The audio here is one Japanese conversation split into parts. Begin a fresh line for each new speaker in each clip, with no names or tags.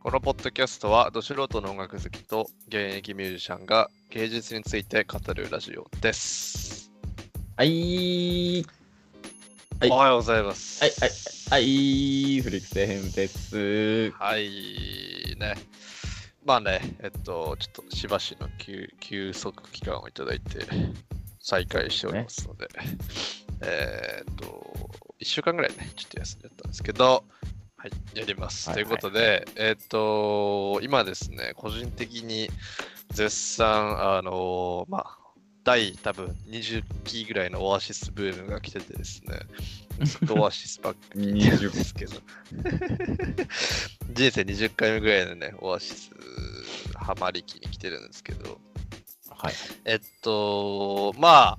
このポッドキャストは、ど素人の音楽好きと現役ミュージシャンが芸術について語るラジオです。
はい、はい
おはようございます。
はいはい、フリクセヘムです。
はい。ね。まあね、えっと、ちょっとしばしの休休息期間をいただいて、再開しておりますので、えーっと、1週間ぐらいね、ちょっと休んじゃったんですけど、はい、やります。
は
と
い
いうことで、えーっと、今ですね、個人的に絶賛、あのまあ、第多分20期ぐらいのオアシスブームが来ててですね、ずっとオアシスばっかり聞いてるんですけど、人生20回目ぐらいのね、オアシスハマり期に来てるんですけど、
はい、
えっと、まあ、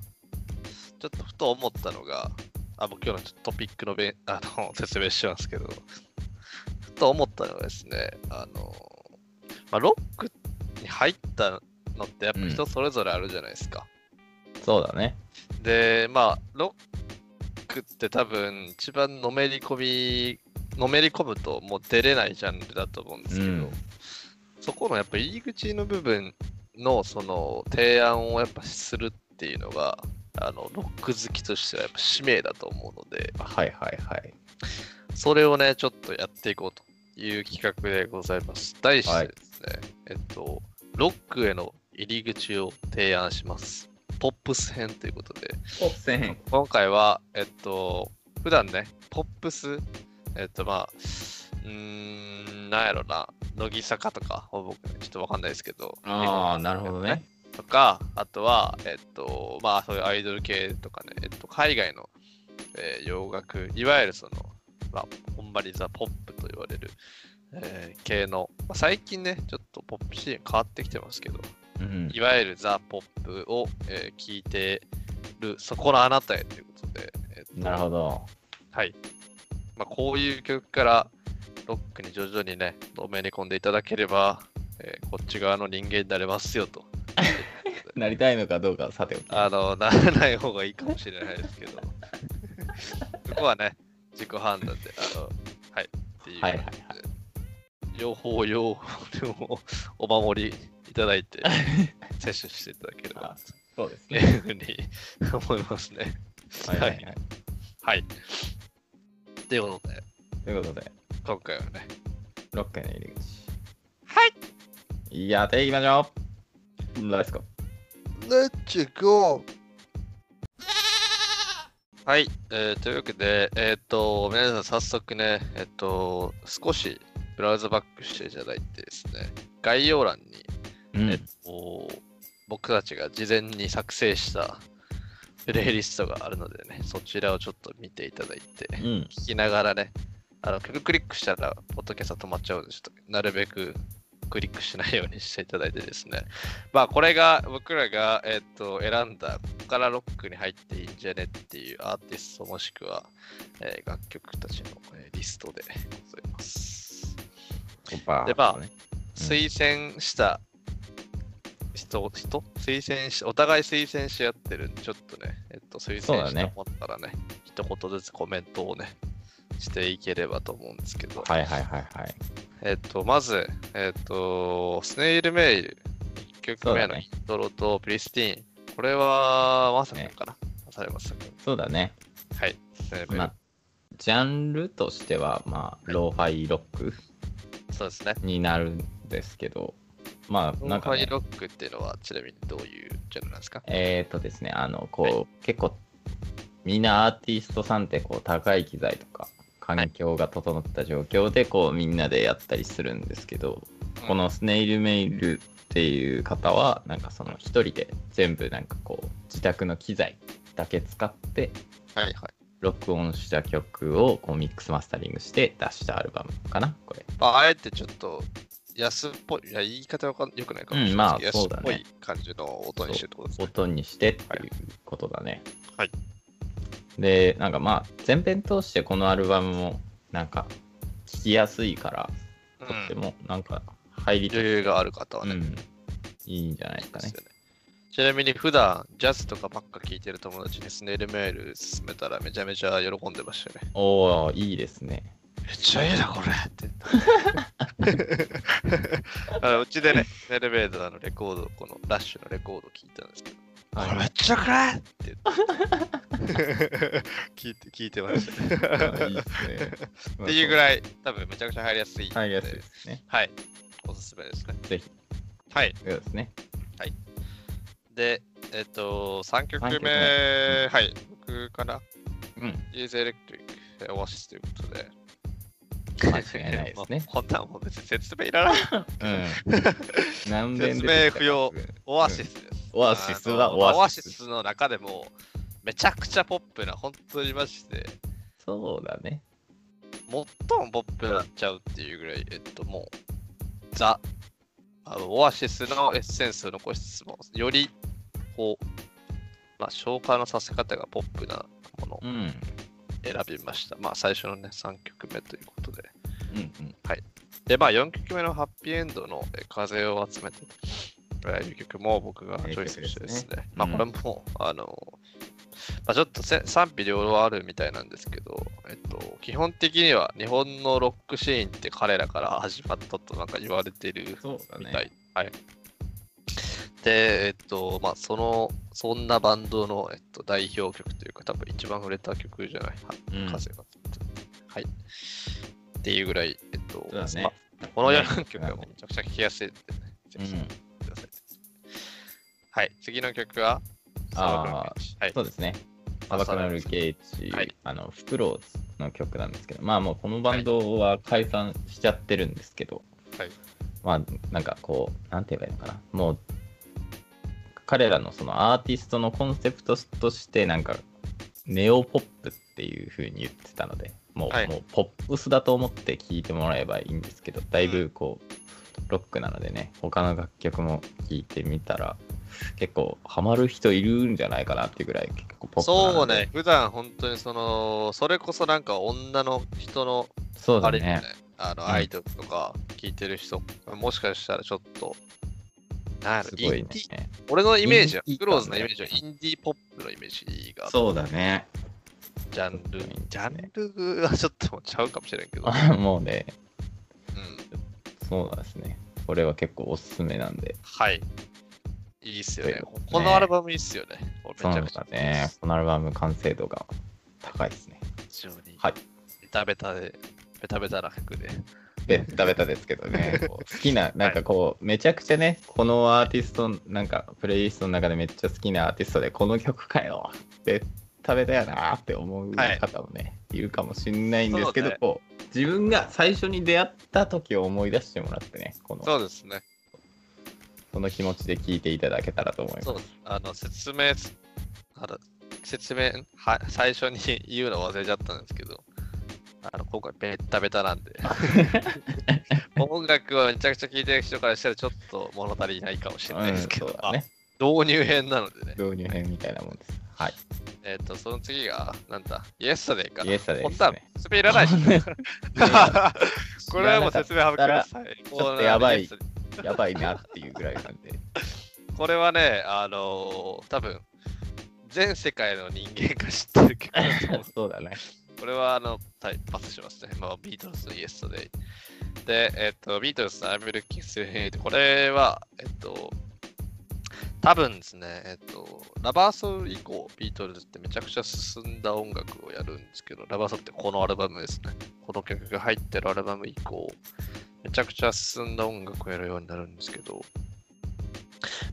ちょっとふと思ったのが、あ、僕今日のちょっとトピックのべんあの 説明しますけど、ふと思ったのがですね、あの、まあ、ロックに入ったのってやっぱ人それぞれあるじゃないですか。
そうだね。
で、まあ、ロックって多分一番のめり込み、のめり込むともう出れないジャンルだと思うんですけど、
うん
そこのやっぱ入り口の部分のその提案をやっぱするっていうのが、あのロック好きとしてはやっぱ使命だと思うので、
はいはいはい。
それをね、ちょっとやっていこうという企画でございます。題してですね、えっと、ロックへの入り口を提案します。ポップス編ということで、
おせん。
今回は、えっと、普段ね、ポップス、えっと、まあ、うーん、なんやろな、乃木坂とか、僕、ちょっとわかんないですけど、
ああ、なるほどね。
とか、あとは、えっと、まあ、そういうアイドル系とかね、えっと、海外の、えー洋楽、いわゆるその、まあ、ほんまにザ・ポップと言われる、えー系の、まあ、最近ね、ちょっとポップシーン変わってきてますけど、
うん。
いわゆるザ・ポップを、えー聞いてる、そこのあなたへということで、えっと
なるほど。
はい。まあ、こういう曲からロックに徐々にね、のめり込んでいただければ、えーこっち側の人間になれますよと。
なりたいのかどうかはさておき。
あの、な らない方がいいかもしれないですけど。 そこはね、自己判断で、あの、はい。っていう
はいはいは
両方、両方、両方お守りいただい て、摂取していただければ
あ。そうです
とい
ね。
うふうに思いますね。
はいはいはい。
はい。ということで、
ということで、
今回はね、
ロックへの入り
はい
口。やっていきましょう。ライスコ。
レッツゴーはい、えーというわけで、えっ、と、皆さん早速ね、えっ、と、少しブラウザバックしていただいてですね、概要欄に、
う
えっ、と、僕たちが事前に作成したプレイリストがあるのでね、そちらをちょっと見ていただいて、
うん。
聞きながらね、あの曲クリックしたら、ポッドキャスト止まっちゃうんで、ちょっとなるべくクリックしないようにしていただいてですね。 まあ、これが僕らが、えっと選んだ、ここからロックに入っていいんじゃねっていうアーティスト、もしくは、えー楽曲たちの、えーリストでございます。でまあ推薦した人、人推薦し、お互い推薦し合ってるんでちょっとね、えっと、推薦
そうだ
して
ね
思ったらね、一言ずつコメントをね、していければと思うんですけど、
はいはいはいはい。
えっと、まず、えっと、スネイルメイル、1曲目
そうだ
のイ
ね
ントロとプリスティーン、これは、まさかかな、まされまさか。
そうだね。
はい、スネイルメイ
ま
ル
あ、ジャンルとしては、まあ、ローファイロック
そうですね。
になるんですけど、ま
な
あ、なんんか、ね、
ロックっていうのは、ちなみにどういうジャンルなんですか
えっ、ー、とですね、あの、こう、
は
結構、みんなアーティストさんって、こう、高い機材とか、環境が整った状況で、こう、みんなでやったりするんですけど、このスネイルメイルっていう方は、なんかその、一人で全部、なんかこう、自宅の機材だけ使って、
はいはい。
録音した曲をこうミックスマスタリングして出したアルバムかなこれ
まあ、あえてちょっと安っぽい、いや言い方はよくないかもしれない、
うんまあ
安
そ
っ
うだね
ぽい感じの音にしてるってことですね。
音にしてっていうことだね。
はい。
で、なんかまあ、前編通してこのアルバムも、なんか、聴きやすいから、
う
とって
ん
も、なんか、入りと
余裕がある方はね。
うん、いいんじゃないですか
です
ね。
よねちなみに普段ジャズとかばっか聴いてる友達にスネイルメール勧めたらめちゃめちゃ喜んでましたね。
おおいいですね。
めっちゃいいなこれって。 あのうちでね、エレベーターのレコード、このラッシュのレコード聞いたんですけど、これめっちゃ暗いって言って 聞いて聞いてました。
あいい
っ
ですね。
ていうぐ
い。
らい、多分めちゃくちゃ入りやすい。
入りやすいで。すね。
はい。おすすめですね。
ぜひ。
はい。
そうですね。
で、えっと、3曲
三
目、
曲目
はい。僕かな。
うん。
イーズエレクトリック、えーオアシスということで。
間違いないですね
まあこんなん もん別に説明いらない。
うん。何遍出てきたか
説明不要。オアシスです。
オアシスは
あの
オアシス
オアシスの中でも、めちゃくちゃポップな、本当にマジで、
そうだね。
最もポップになっちゃうっていうぐらい、えっと、もう、ザ、あのオアシスのエッセンスを残しつつも、より、こう、まあ、消化のさせ方がポップなものを
うん。うん
選びました。まあ、最初のね、3曲目ということで。
うん。
で、まあ、4曲目のハッピーエンドのえー風を集めてという曲も僕がチョイスしてですね。まあ、
うん
これも、あの、まあ、ちょっとせ賛否両論あるみたいなんですけど、えっと、基本的には日本のロックシーンって彼らから始まったとなんか言われてる
そうだ
み
ね。
たい。はい。で、えっと、まあ、その、そんなバンドの、えっと、代表曲というか、多分一番売れた曲じゃない、
うん
風が、はい。っていうぐらい、えっと、
そうだね
まあこの
ね
4曲はもうめちゃくちゃ聴きやすいんでね、ぜひ聴いてください。はい、次の曲は、
あ
ー、はい、
そうですね。サバクナルケイチ、
はい
あの、フクロウズの曲なんですけど、まあもうこのバンドは解散しちゃってるんですけど、
はい
まあなんかこう、なんて言えばいいのかな、もう、彼らのそのアーティストのコンセプトとして、なんか、ネオポップっていう風に言ってたので、もう、
はい
もうポップスだと思って聴いてもらえばいいんですけど、だいぶこう、ロックなのでね、他の楽曲も聴いてみたら、結構ハマる人いるんじゃないかなっていうぐらい結構ポップな
そう
ので
ね、普段本当にその、それこそなんか女の人の
そう
あ
だ
れね
ね、
あの、
うん
アイドルとか聞いてる人、もしかしたらちょっと、なんやろ
すご
イ
い
ンディ
ね
俺のイメージは
イン、ディー
クローズのイメ
感ね
ージは、インディーポップのイメージが、
そうだね
ジャンル
ちょっといいんですね、
ジャンルはちょっとちゃうかもしれ んけど、うん、
もうねそうですねこれは結構おすすめなんで
はい。いいっすよね
ということ。ね
このアルバムいいっすよね。俺
そう
めち
だ
ゃくちゃ。
ねこのアルバム完成度が高いですね
非常に。
はい。
ベタベタで、ベタベタな曲で。
ベッタベタですけどねこう好きななんかこうめちゃくちゃねこのアーティストなんかプレイリストの中でめっちゃ好きなアーティストでこの曲かよベッタベタやなって思う方もね、い、るかもしんないんですけど
そうね
こう自分が最初に出会った時を思い出してもらってねこの
そうですね。
その気持ちで聞いていただけたらと思います。
そうあの、説明す、あの説明は、最初に 言うの忘れちゃったんですけど、あの今回ベッタベタ なんで、音楽をめちゃくちゃ聴いてる人からしたらちょっと物足りないかもしれないですけど、
うんそうだね、
まあ導入編なのでね、
導入編みたいなもんです。はい。
えっ、と、その次が、なんだ、イエスタデイか。
イエスタデイ
こ
で
ん
す
な
ね
ん、説明いらないし。 これはもう説明省きなさい。
ちょっとやばい
このイエスタデイ
やばいなっていうぐらいなんで。
これはね、あのー、多分全世界の人間が知ってる曲だと思う
そうだね。
これはあの、はい、パスしますね。まあ、ビートルズのイエストで。で、えっと、ビートルズの I'm Looking t h r これは、えっと、多分ですね、えっと、ラバーソウル以降、ビートルズってめちゃくちゃ進んだ音楽をやるんですけど、ラバーソウルってこのアルバムですね。この曲が入ってるアルバム以降、めちゃくちゃ進んだ音楽をやるようになるんですけど、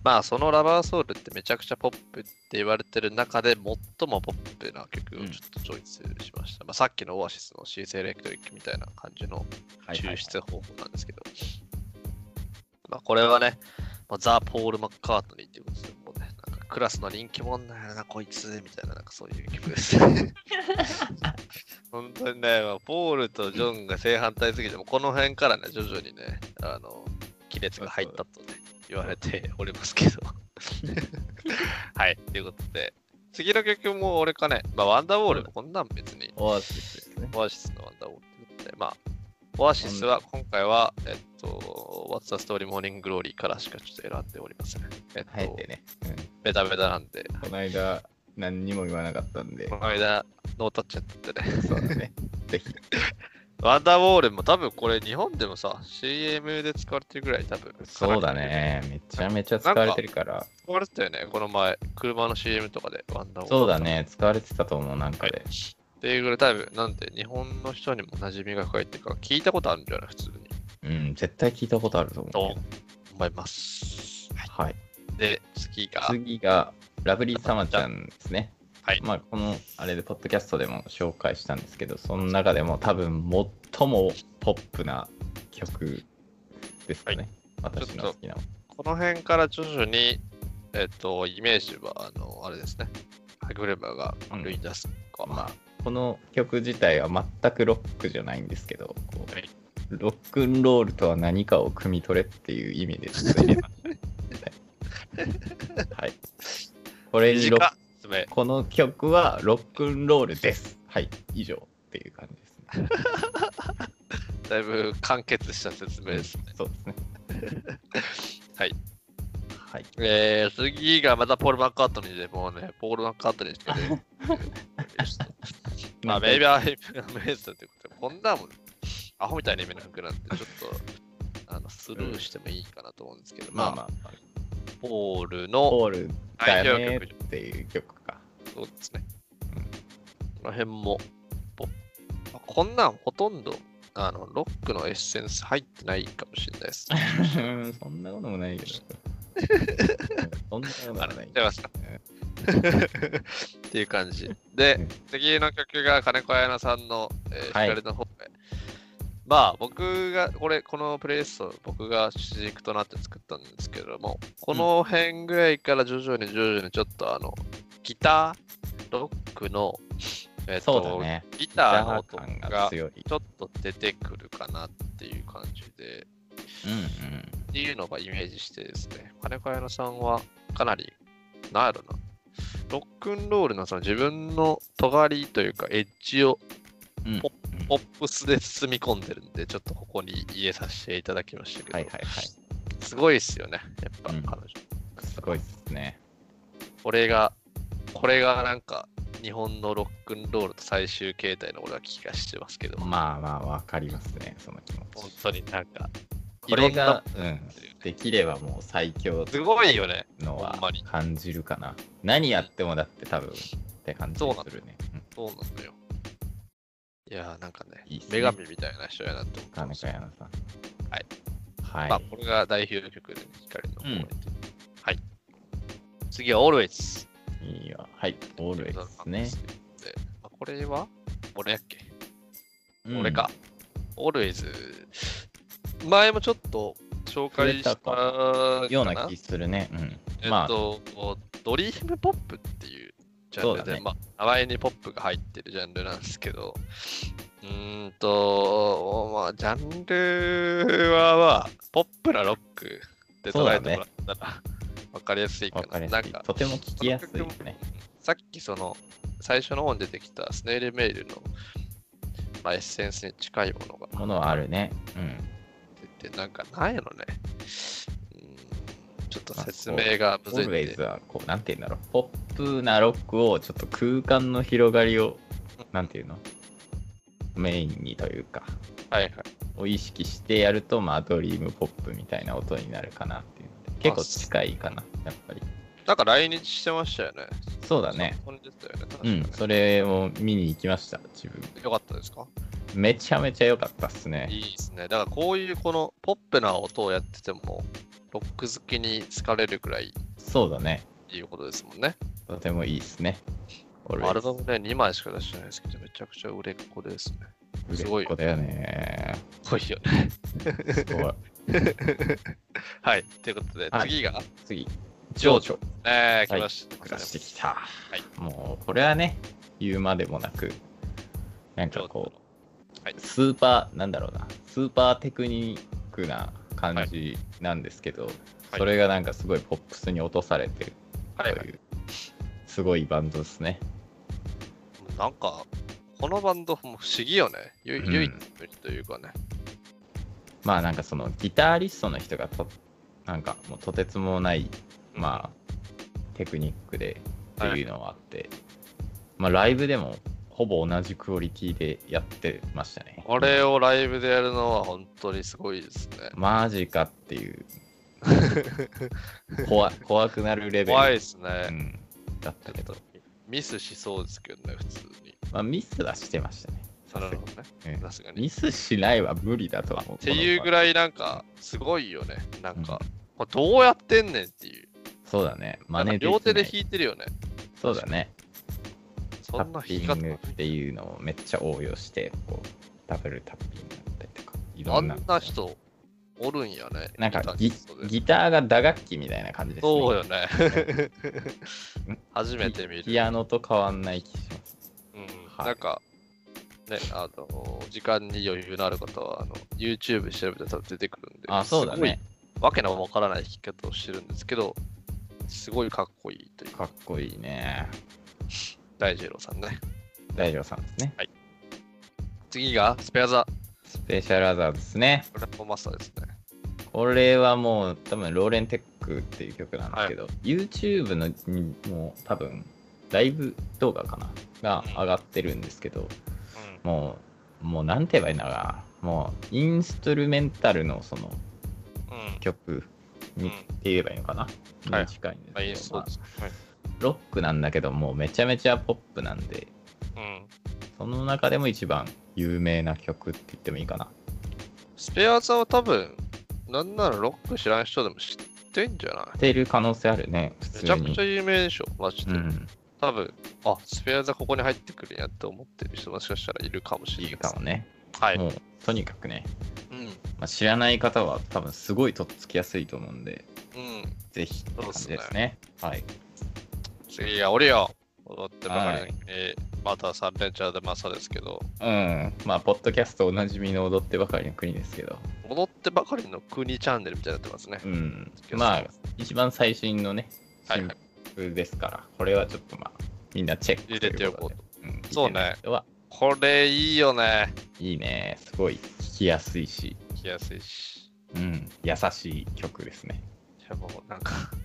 まあ、そのラバーソウルってめちゃくちゃポップって言われてる中で最もポップな曲をちょっとチョイスしました。まあ、さっきのオアシスのシーズエレクトリックみたいな感じの
はいはい
抽
はい
出方法なんですけど、まあ、これはね、まあ、ザ・ポール・マッカートニーっていうことですよ。もうね、なんかクラスの人気者なんやな、こいつ、みたいな、なんかそういう曲です ね。本当にね、まあポールとジョンが正反対すぎても、この辺からね、徐々にね、あの、亀裂が入ったとね、言われております けど。はい、ということで、次の曲も俺かね、まあ、ワンダーウォールもこんなん別に
オアシスですね。
オアシスのワンダーウォールで、まあ、オアシスは今回は、えっと、What's the Story Morning Glory からしかちょっと選んでおりますね。えっと、
あえてね。うん。
ベタベタなんで、
この間、 何にも言わなかったんで
こ。の間、ノータッチやったんでね。
そうだね。ぜひ。
ワンダーウォールも多分これ日本でもさ、CM で使われてるぐらい多分。
そうだ。ね。めちゃめちゃ使われてるから。
使われてたよね、この前。車の CM とかでワンダーウォール。
そうだ。ね。使われてたと思う、なんかで。
っていうぐらい多分、なんで日本の人にも馴染みが深いっていうか、聞いたことあるんじゃない普通に。
うん、絶対聞いたことあると思
と
う。
思います。
はい。
で、次が、
次が、ラブリーサマちゃんですね。
はい
まあ、この、あれで、ポッドキャストでも紹介したんですけど、その中でも多分、最もポップな曲ですかね。
は
私の好きな。
この辺から徐々に、えっ、と、イメージは、あの、あれですね。歯車がルイダスとか、
まあ、この曲自体は全くロックじゃないんですけど、こう
はい
ロックンロールとは何かを汲み取れっていう意味でちょっと入 れました。はい。これにロ
短
ッ
い説明。
この曲はロックンロールです。はい、以上っていう感じですね。
だいぶ完結した説明ですね。
そうですね。
はい。
はい。
えー、次がまたポール・マッカートニーで、もうね、ポール・マッカートニーしかね。まあ、メイビー・アイ・メイスってことで、こんなもん、アホみたいな意味の服なんで、ちょっと、あの、スルーしてもいいかなと思うんですけど、
ま
ま
あ
あ、
まあ、
ポールの
ホールだ
代
よ
表
ね
曲
っていう曲か。
そうですね。
うん
この辺も、ぽあこんなんほとんど、あの、ロックのエッセンス入ってないかもしれないです。
うんそんなこともないけど。 そんなことはない
出。ますかっていう感じ。で
うん、
次の曲が金子彩菜さんの、えー
はい
光の方へ。まあ、僕が、これ、このプレイリスト、僕が主軸となって作ったんですけれども、この辺ぐらいから徐々に徐々にちょっとあの、ギター、ロックの、えっ
そう
と
だ、ね。
ギ
ギ
ターの
ター
音が
感が強い。
ちょっと出てくるかなっていう感じで、
うんうん。
っていうのがイメージしてですね、金子彩乃さんはかなり、なんやろな、ロックンロールのその自分の尖りというか、エッジを
うん
ポポップスで包み込んでるんで、ちょっとここに入れさせていただきましたけど、
はいはいはい。
すごいですよね、やっぱ彼
うん
女。
すごいですね。
これが、これがなんか、日本のロックンロールと最終形態の俺は気がしてますけど、
まあまあ、わかりますね、その気持
本
ち。
当になんか、
これが、
いろんな
うん、できればもう最強
すごいよね。
のは
ほんまに
感じるかな。何やってもだって多分って感じ
そうな
が
ん
するね。うん
そうなんだよ。いやーなんかね、
いいっすね
女神みたいな人やなって思って
金
ま
子
した。
屋菜さん。
はい。
はい。
まあ、これが代表曲で、ね、光の方へ、
うん
はい。次は Always。
いいよ。はい。オールですね。
で。まあ、これは俺やっけ、
うん
俺か。。Always。前もちょっと紹介したか
ような気するね。うん。
まあ、え
ま
っと、ドリームポップっていうジャンル
そうだ
で、
ね
まあ、名前にポップが入ってるジャンルなんですけど、うーんと、まあ、ジャンルは、まあ、ポップなロックで捉えてもらったら、分かりやすい
あ、
か
わ
な。
かり
な
や
ん
すい
か。、
とても聞きやすいよね。
さっきその、最初の方に出てきたスネイルメールの、まあ、エッセンスに近いものが
ものはあるね。うん。
出て、なんか、なんやろね。うーんちょっと説明がむ
オ
ずい
ー
ん
ルウェイ
で
ズ。はこうなんて言うんだろうポップなロックをちょっと空間の広がりをなんていうのメインにというか
はいはい。
を意識してやるとまあドリームポップみたいな音になるかなっていうので結構近いかなやっぱり
なんか来日してましたよね。
そうだね
そうですよね。確か
う
に
んそれを見に行きました自分
よかったですか
めちゃめちゃ良かったっすね
いいですね。だからこういうこのポップな音をやってても、ロック好きに好かれるくらい
そうだね
いいことですもんね。
とてもいいっすねオールウ
ア
ェイ
ル
ズ
バムね、2枚しか出してないですけど、めちゃくちゃ売れっ子ですね。
売
す
れ
ごい
っ子だ よね
すごいよね。
すごい
はい。ということで、
はい
次が、
次
情緒
情緒
えー、
は
来
い
ました。
暮らしてきた、
い
もうこれはね言うまでもなくなん
ち
か
ょっと
こ。
はいう
スーパーなんだろうなスーパーテクニックな感じなんですけど、
はい
それがなんかすごいポップスに落とされてると、
はいいうはい。
すごいバンドですね
なんか、このバンドも不思議よね。ゆ
うん
唯一無二というかね。
まあなんかそのギタリストの人がとなんかもうとてつもないまあテクニックでっていうのはあって、まあライブでもほぼ同じクオリティでやってましたね。
これをライブでやるのは本当にすごいですね。
マジかっていう 怖い怖くなるレベル、
怖いです
う
ね。
ん、だったけど、
ミスしそうですけどね、普通に。
まあ、ミスはしてましたね。
なるほど
う
ね。
ん
さすがに。
ミ
っ
スしないは無理だとは思う。
ていうぐ
い。
らいなんか、すごいよね。なんか、これどうやってんねんっていう。
そうだね。真
なんか
似できない
両手で弾いてるよね。
そうだね。
そ
タ
んな
ッ
弾き
ピ
方
ングっていうのをめっちゃ応用して、こう、ダブルタッピングだったりとか、い
あ
ろん
ん
な。
な人おるんやね。
なんか
ギタ
ギ
リストで
ギターが打楽器みたいな感じですね。
そうよ ね
うん。
初めて見
ピ
る。
アノと変わんない気します。
うん、
はい
なんか、ね、あの、時間に余裕のある方は、あの、YouTube 調べたら多分出てくるんで、
あ、そうだね。
すごいわけのわからない弾き方をしてるんですけど、すごいかっこいいというか、
かっこいいね。
大二郎さんね。
大丈夫さんですね。
次が、スペアザ、
スペシャルアザーですね。
これもマスターですね。
これはもう多分ローレンテックっていう曲なんですけど、YouTube のにもう多分ライブ動画かなが上がってるんですけど、もう、もうなんて言えばいいんだろうな。もうインストゥルメンタルのその
うん。うん。
曲
う
に、
ん
って言えばいいのかな、
はい
に近いんですけど、
まあ、いいそうです。はい。
ロックなんだけどもうめちゃめちゃポップなんで
うん。
その中でも一番有名な曲って言ってもいいかな
スペアザは多分、なんならロック知らん人でも知ってんじゃない
っている可能性あるね普
め
通
ちゃく
に
ちゃ有名でしょ、マジで。
うん
多分、あ、スペアザここに入ってくるんやって思ってる人もしかしたらいるかもしれ
い
ない
い
です
かもね、
はい。
もうとにかくね、
うん。
まあ、知らない方は多分すごいとっつきやすいと思うんで
うん。
ぜひって感じ
そう
で
っす
すねはい
次が俺よ。踊ってばかりに、
はい
えーまた三連チャーでマサですけど、
うんまあポッドキャストおなじみの踊ってばかりの国ですけど
踊ってばかりの国チャンネルみたいになってますね。
うんまあ一番最新のね
はい
新曲ですから、これはちょっとまあみんなチェック
入れておこう
と
と
い。ことで、うん
そうね
見てない人は
これいいよね。
いいねすごい聴きやすいし、
聞きやすいし。
うん、優しい曲ですね
いやもうなんか。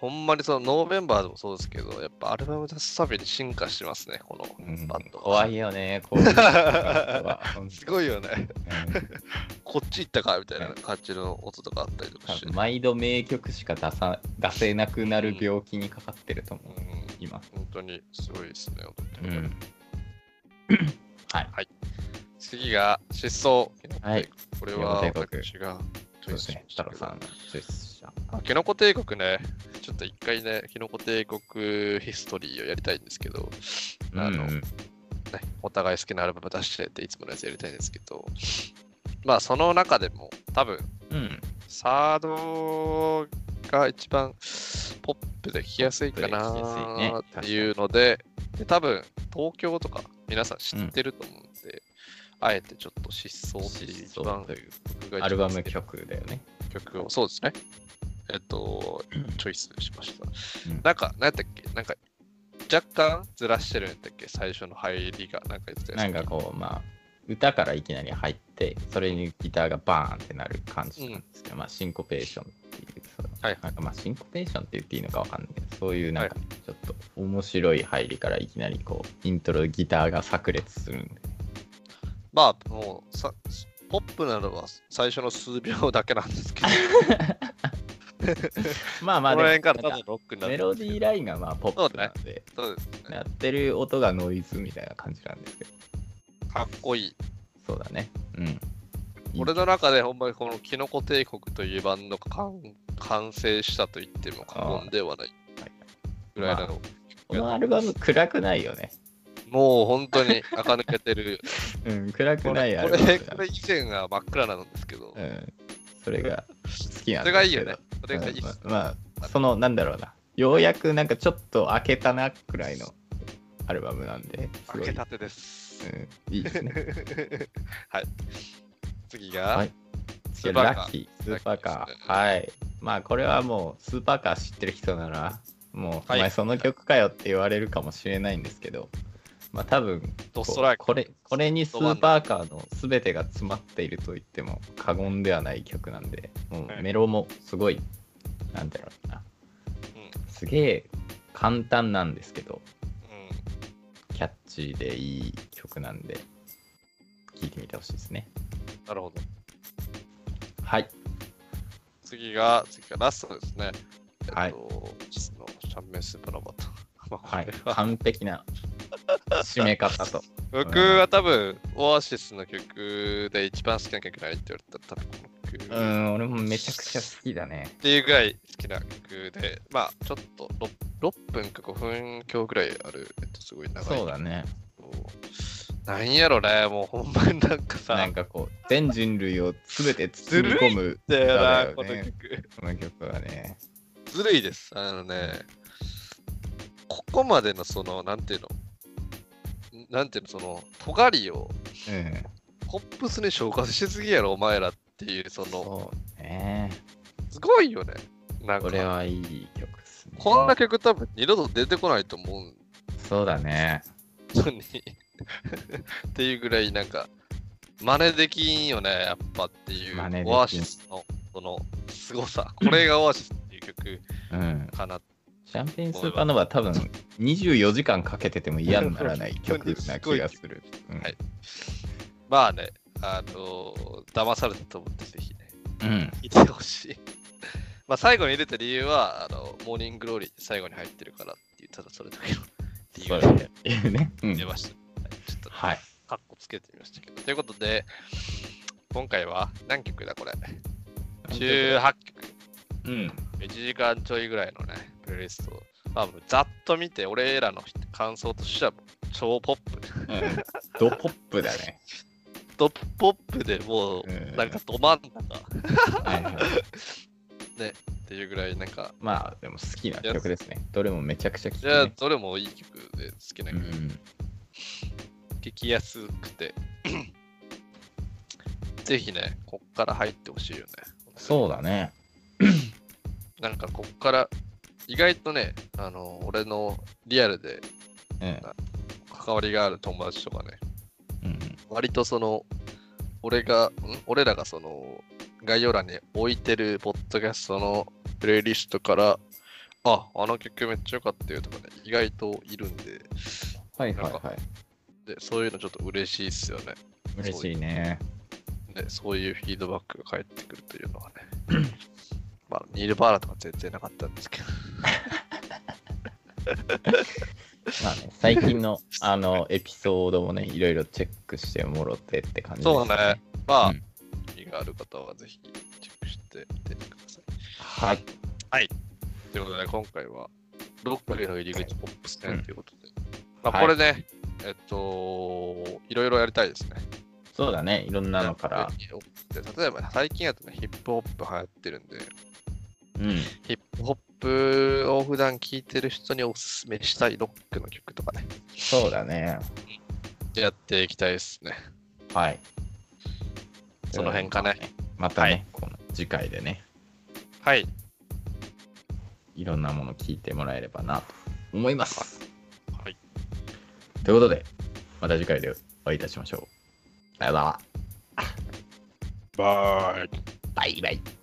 ほんまにそのノーベンバーでもそうですけど、やっぱアルバム出すたびに進化してますね、こ
うん
のバンド。
怖いよねこういうの は
すごいよね。
うん
こっち行ったかみたいな感じの音とかあったりとか
多
して。
分毎度名曲しか出さ出せなくなる病気にかかってると思う、
うん
今。
本当にすごいですね、踊ってる、
はい。
次が失踪。
はい。
これは
キノコ帝国
私が
そうですね。太郎さん。、出社。
あキノコ帝国ね、ちょっと一回ね、キノコ帝国ヒストリーをやりたいんですけど、あの、
うんうん
ね、お互い好きなアルバム出してっていつものやつやりたいんですけど、まあその中でも多分、
うん。
サードが一番ポップで聴きやすいかなーっていうので、で多分東京とか皆さん知ってると思うんで、あえてちょっと失踪っていう一
疾
番
走という
僕が
ア
一
ル
番
バ
好
ム
きな
曲だよね。
曲を、そうですね。えっと、チョイスしました。
うん
なんか、なんだっけ、なんか若干ずらしてるんだっけ、最初の入りが、なんか言ってたや
な
つ
んかこう、まあ、歌からいきなり入って、それにギターがバーンってなる感じなんですけど、まあ、シンコペーションっていう、その
はい
なんかまあ、シンコペーションって言っていいのかわかんないけど、そういうなんか、ちょっと面白い入りからいきなりこう、イントロギターが炸裂するんで。
まあ、もうさ、ポップなのは最初の数秒だけなんですけど。
ま あまあ、
この辺
でも
から多分ロックになって
メ
る
ロディーラインがまあポップなんで、
そうですね。
やってる音がノイズみたいな感じなんですけど、
かっこいい。
そうだね。うん。
俺の中でほんまにこのキノコ帝国というバンドが完完成したと言っても過言ではない
あーはい
ぐらいなの。
このアルバム暗くないよね。
もう本当に垢抜けてる。
うん、暗く
こ
ない
れ
ア
こ
ルバムだ
れ
よね。
これ以前が真っ暗なんですけど、
うん。それが好きな
それ
んですけど
がいいよね。それがいいっす。
うんまあ、まあその、なんだろうな。ようやくなんかちょっと開けたなくらいのアルバムなんで、す
開
ごい。
けたてです。
うん、いい ですね。
はい。次が、
はい
スーパーカー
ラッキー、スーパー
ラッ
カ
キーです
ー。
ね
はい。まあ、これはもう、スーパーカー知ってる人なら、もう、
はい
お前その曲かよって言われるかもしれないんですけど、まあ、多分
ドストライク
これ、これにスーパーカーの全てが詰まっていると言っても過言ではない曲なんで、も
は
う
い
メロもすごい、なんだろうな
う、
すげえ簡単なんですけど、
う
キャッチーでいい曲なんで、聴いてみてほしいですね。
なるほど。
はい。
次が、次がラストですね。え
はい
っと、実のシャンメンスプラバタ。 まあ、こ
はい
れ。は、
完璧な締め 方と。
僕は多分、オアシスの曲で一番好きな曲何って言われたら、多分この曲。
うん、俺もめちゃくちゃ好きだね
っ。ていうぐらい好きな曲で、まあちょっと 6, 分か5分強ぐらいある、えっと、すごい長い。
そうだね。
なんやろね、もうほんまになんかさ、
なんかこう、全人類を全て包み込む
だ
歌
よな
だよ
この
ね。
曲。
この曲はね。
ずるいです。あのね、ここまでのその、なんていうの、なんていうの、その、尖りを
うん。
ポップスに昇華しすぎやろ、お前らっていう、その、
そうね。
すごいよね。なん
これ
か、
はいい曲っすね。
こんな曲多分二度と出てこないと思うん
そうだね。
本当にっていうぐらいなんか真似できんよねやっぱってい
真似で
う
きん
オアシスのこの凄さこれがオアシスっていう曲
うん。
かな
シャンペーンスーパーノヴァ多分24時間かけてても嫌にならない曲な気がする。うん
はいまあねあの騙されたと思ってぜひね
うん。
見てほしい まあ最後に入れた理由はあのモーニンググローリー最後に入ってるからっていうただそれだけの理
そう
由
だ
で
ね。ね。う
出
ん。
ました、はい、ちょっと
はい。
カッコつけてみましたけどということで今回は何曲だこれ18曲
うん。
1時間ちょいぐらいのね、プレイリストを。まあ、ざっと見て、俺らの感想としては、超ポップ。
ドポップだね。
ドッポップでも
うん
う、なんかど真ん中っ
はいはい。
ていうぐらい、なんか、
まあ、でも好きな曲ですね。どれもめちゃくちゃ聴く、
じゃあ、
ね。
どれもいい曲で好きな
う
曲、
ん。
聞きやすくて、 ぜひね、こっから入ってほしいよね。
そうだね。
なんか、こっから、意外とね、あの、俺のリアルで
うん。
関わりがある友達とかね、
うん。
割とその俺がん俺らがその概要欄に置いてるポッドキャストのプレイリストからああの曲めっちゃ良かったよとかね意外といるんで
はいはいはい。
でそういうのちょっと嬉しいっすよね
嬉しいね。
でそういうフィードバックが返ってくるという のはねまあニールバーラとか全然なかったんですけど
まあね、最近 のあのエピソードもね、いろいろチェックしてもろてって感じですね。
そうだね。まあ、
うん
意味がある方はぜひチェックしてみてください
はい。
ということで、今回は、ロックへの入り口ポップス
うん
編ということで。ま
は
あ、
い
これね、えっと、いろいろやりたいですね。
そうだね。いろんなのから。
で例えば、最近やとね、ヒップホップ流行ってるんで、
うん。
ヒップホップを普段聴いてる人におすすめしたいロックの曲とかね、
そうだね。
やっていきたいですね。
はい。
その辺かね。
またね、
はい
この次回でね、
はい。
いろんなもの聞いてもらえればなと思います。
はい。
ということで、また次回でお会いいたしましょう。さよなら。
バイ。
バイバイ。